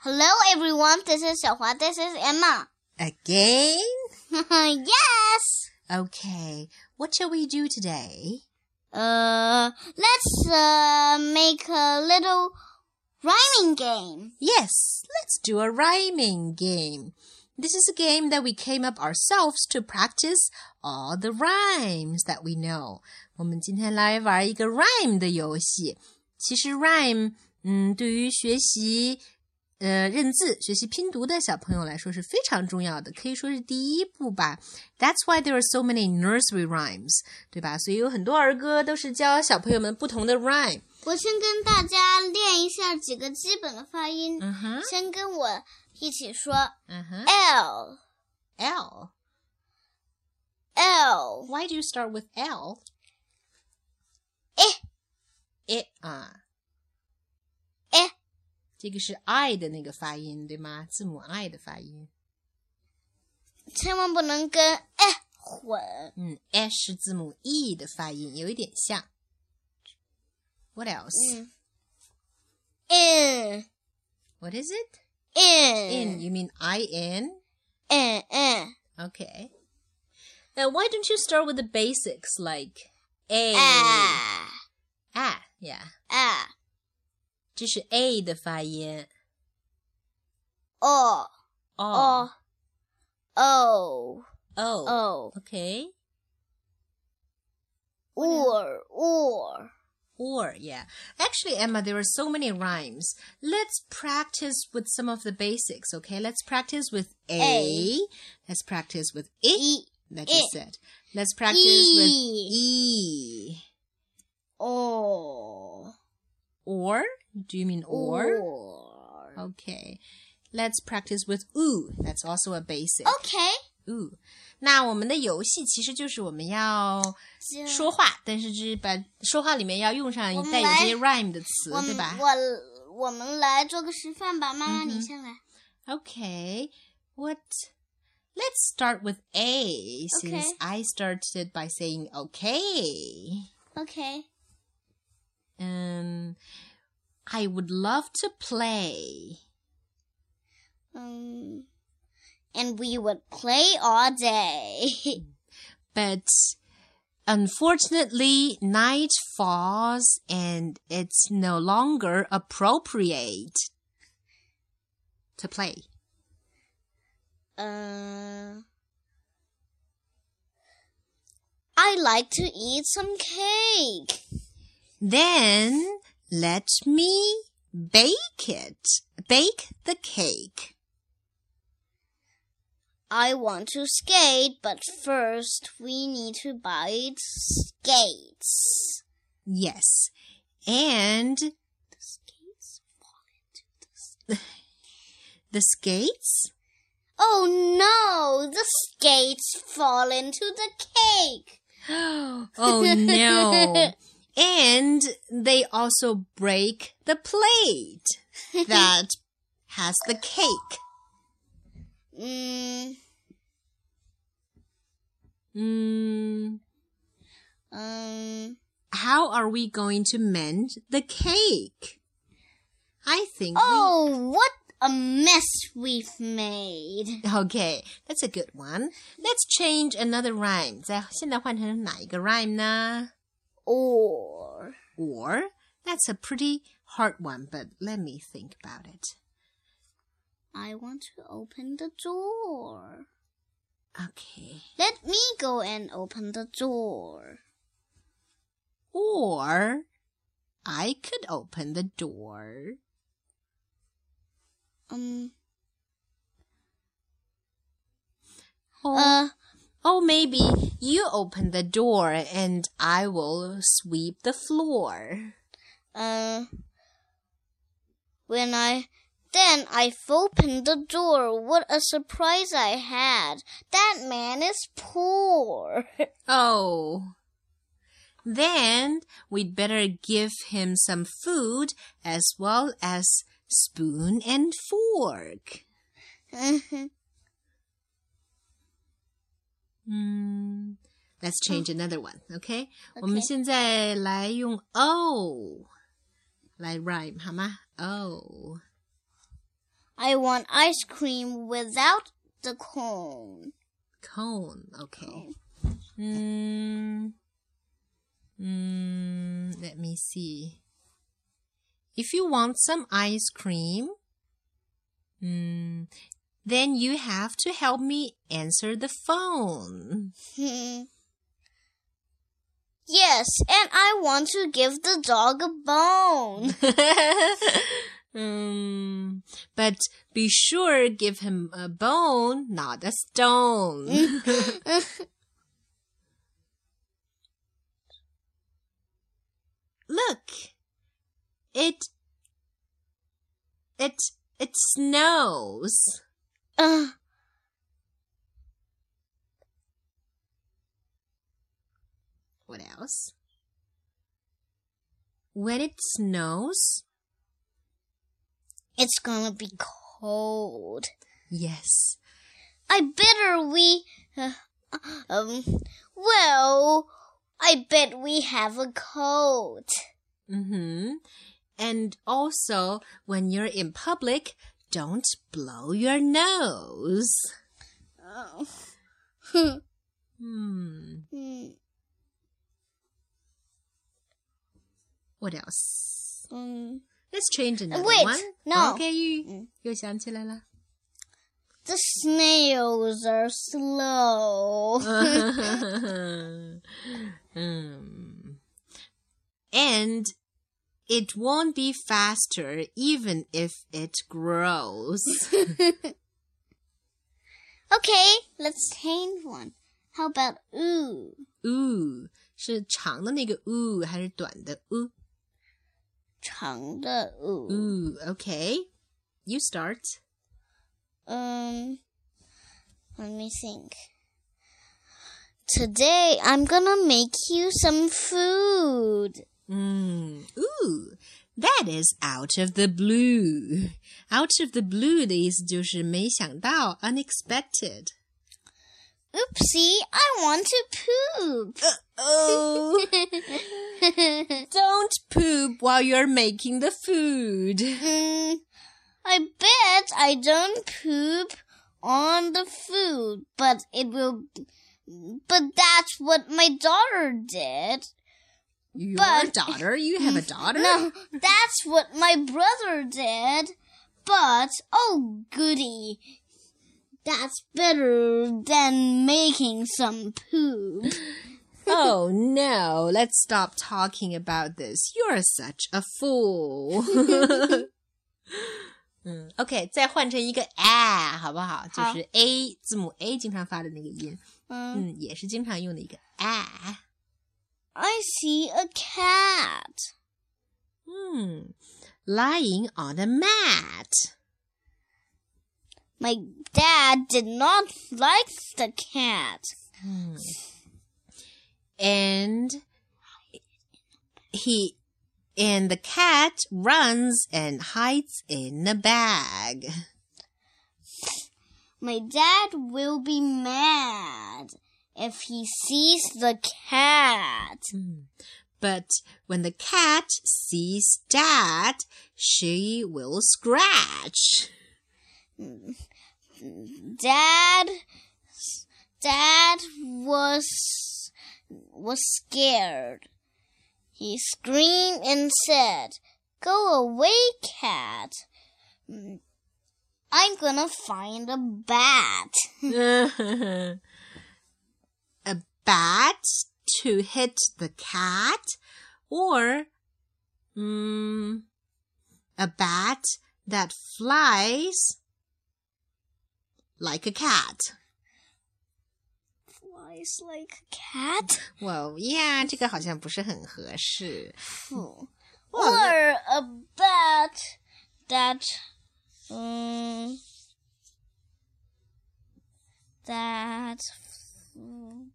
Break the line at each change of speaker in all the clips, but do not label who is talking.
Hello everyone, this is 小华，this is Emma.
Again?
yes.
Okay, what shall we do today?
Uh, let's uh make a little rhyming game.
Yes, let's do a rhyming game. This is a game that we came up ourselves to practice all the rhymes that we know. 我们今天来玩一个 rhyme 的游戏。其实 rhyme，嗯，对于学习呃认字、学习拼读的小朋友来说是非常重要的，可以说是第一步吧。That's why there are so many nursery rhymes，对吧？所以有很多儿歌都是教小朋友们不同的 rhyme。
我先跟大家练一下几个基本的发音，
嗯哼，
先跟我一起说
嗯哼
l
，L。
l
Why do you start with L?
Eh.
Eh 啊
Eh
这个是 I 的那个发音对吗？字母 I 的发音。
千万不能跟 eh 混。
嗯，S 是字母 E 的发音，有一点像。What else?、
嗯，in
What is it? In.
in
You mean I N?
in in
Okay. Now, why don't you start with the basics like A?
ah
Ah, yeah.
ah
这是 A 的发音。
o
O
o o
O.
o
Okay.
or or
Or, yeah. Actually, Emma, there are so many rhymes. Let's practice with some of the basics, okay? Let's practice with A.
A.
Let's practice with I,
e
that you
I.
said. Let's practice with E.
o
Or? Do you mean or?
or
Okay. Let's practice with U. That's also a basic.
okay
U. 那我们的游戏其实就是我们要
这
说话，但是是把说话里面要用上
我们
带有这些
来
rhyme 的词，
我
对
们
吧？
我我们来做个示范吧，妈妈你
嗯哼
先来。
Okay. What? Let's start with A since
Okay.
I started by saying okay.
OK
Um, I would love to play.
嗯 Um, And we would play all day.
But unfortunately, night falls and it's no longer appropriate to play.
嗯 I like to eat some cake.
Then let me bake it. Bake the cake.
I want to skate, but first we need to buy skates.
Yes. And
Skates?
the skates?
Oh no, the skates fall into the cake.
Oh no. and they also break the plate that has the cake.
Mm, Hmm.
Mm,
um,
how are we going to mend the cake? I think. we-
oh, what a mess we've made.
Okay, that's a good one. Let's change another rhyme. 在现在换成哪一个 rhyme 呢？
Or,
Or that's a pretty hard one, but let me think about it.
I want to open the door.
Okay.
Let me go and open the door.
Or I could open the door.
Um,
Or,
uh,
oh, maybe you open the door and I will sweep the floor.
Uh, when I then I've opened the door. What a surprise I had! That man is poor.
Oh. Then we'd better give him some food as well as spoon and fork. Hmm. Let's change another one, okay? 我们现在来用 O 来 rhyme 好吗？O
I want ice cream without the cone.
Cone. Okay. Mm, mm, let me see. If you want some ice cream, mm, then you have to help me answer the phone.
yes, and I want to give the dog a bone.
Mm, but be sure give him a bone, not a stone. Look, it it it snows.
Ugh.
What else? When it snows,
it's gonna be cold.
yes.
I better we. uh, um, well, I bet we have a coat.
Mm-hmm. And also, when you're in public, don't blow your nose.
Oh.
Hmm.
Mm,
What else?
mm.
Let's change another
Wait,
one.
no.
Okay,
嗯。
又想起来了。
The snails are slow.
Uh. Hmm. um, and it won't be faster even if it grows.
okay, let's change one. How about ooh?
ooh 是长的那个 ooh 还是短的 ooh?
长的 ooh.
Ooh, okay. You start.
Um, let me think. Today I'm gonna make you some food.
Mm, ooh, that is out of the blue. Out of the blue 的意思就是没想到 unexpected.
Oopsie, I want to poop.
Oh, don't poop while you're making the food.
Mm, I bet I don't poop on the food, but it will. But that's what my daughter did.
Your
But-
daughter, you have a daughter?
No, that's what my brother did. But, oh goody. That's better than making some poop.
Oh no, let's stop talking about this. You're such a fool. 嗯，OK，再换成一个 a 好不好？就
好
是 a 字母 a 经常发的那个音，
Um,
嗯，也是经常用的一个 a。
I see a cat.
嗯，lying on a mat。
My dad did not like the cat.
and he and the cat runs and hides in a bag.
My dad will be mad if he sees the cat.
But when the cat sees dad, she will scratch.
Dad, Dad was was scared. He screamed and said, "Go away, cat! I'm gonna find a bat."
a bat to hit the cat or mm, a bat that flies like a cat.
Flies like a cat.
哇，yeah，这个好像不是很合适。
or a bat that um, that mm,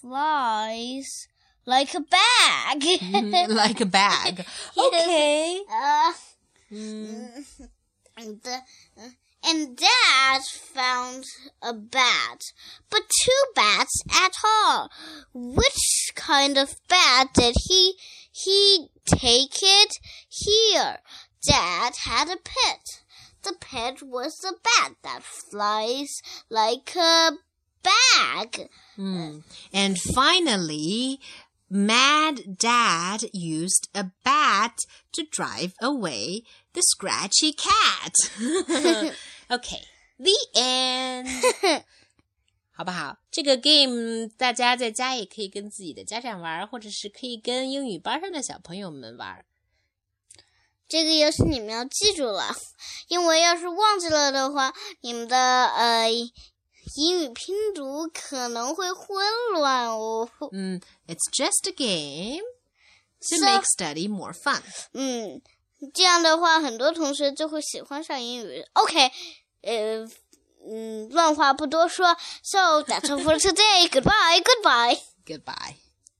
flies like a bag.
like a bag. Okay.
uh,
Mm,
and, the, and Dad found a bat, but two bats at all. Which kind of bat did he he take it here? Dad had a pet. The pet was a bat that flies like a bag.
Hmm. And finally, Mad Dad used a bat to drive away the scratchy cat. okay, the end. 好不好？这个 game 大家在家也可以跟自己的家长玩，或者是可以跟英语班上的小朋友们玩。
这个游戏你们要记住了，因为要是忘记了的话，你们的呃英语拼读可能会混乱哦。
嗯，It's just a game to
So-
make study more fun.
嗯，这样的话，很多同学就会喜欢上英语。OK，呃，嗯，乱话不多说。So that's all for today. Goodbye. Goodbye.
Goodbye.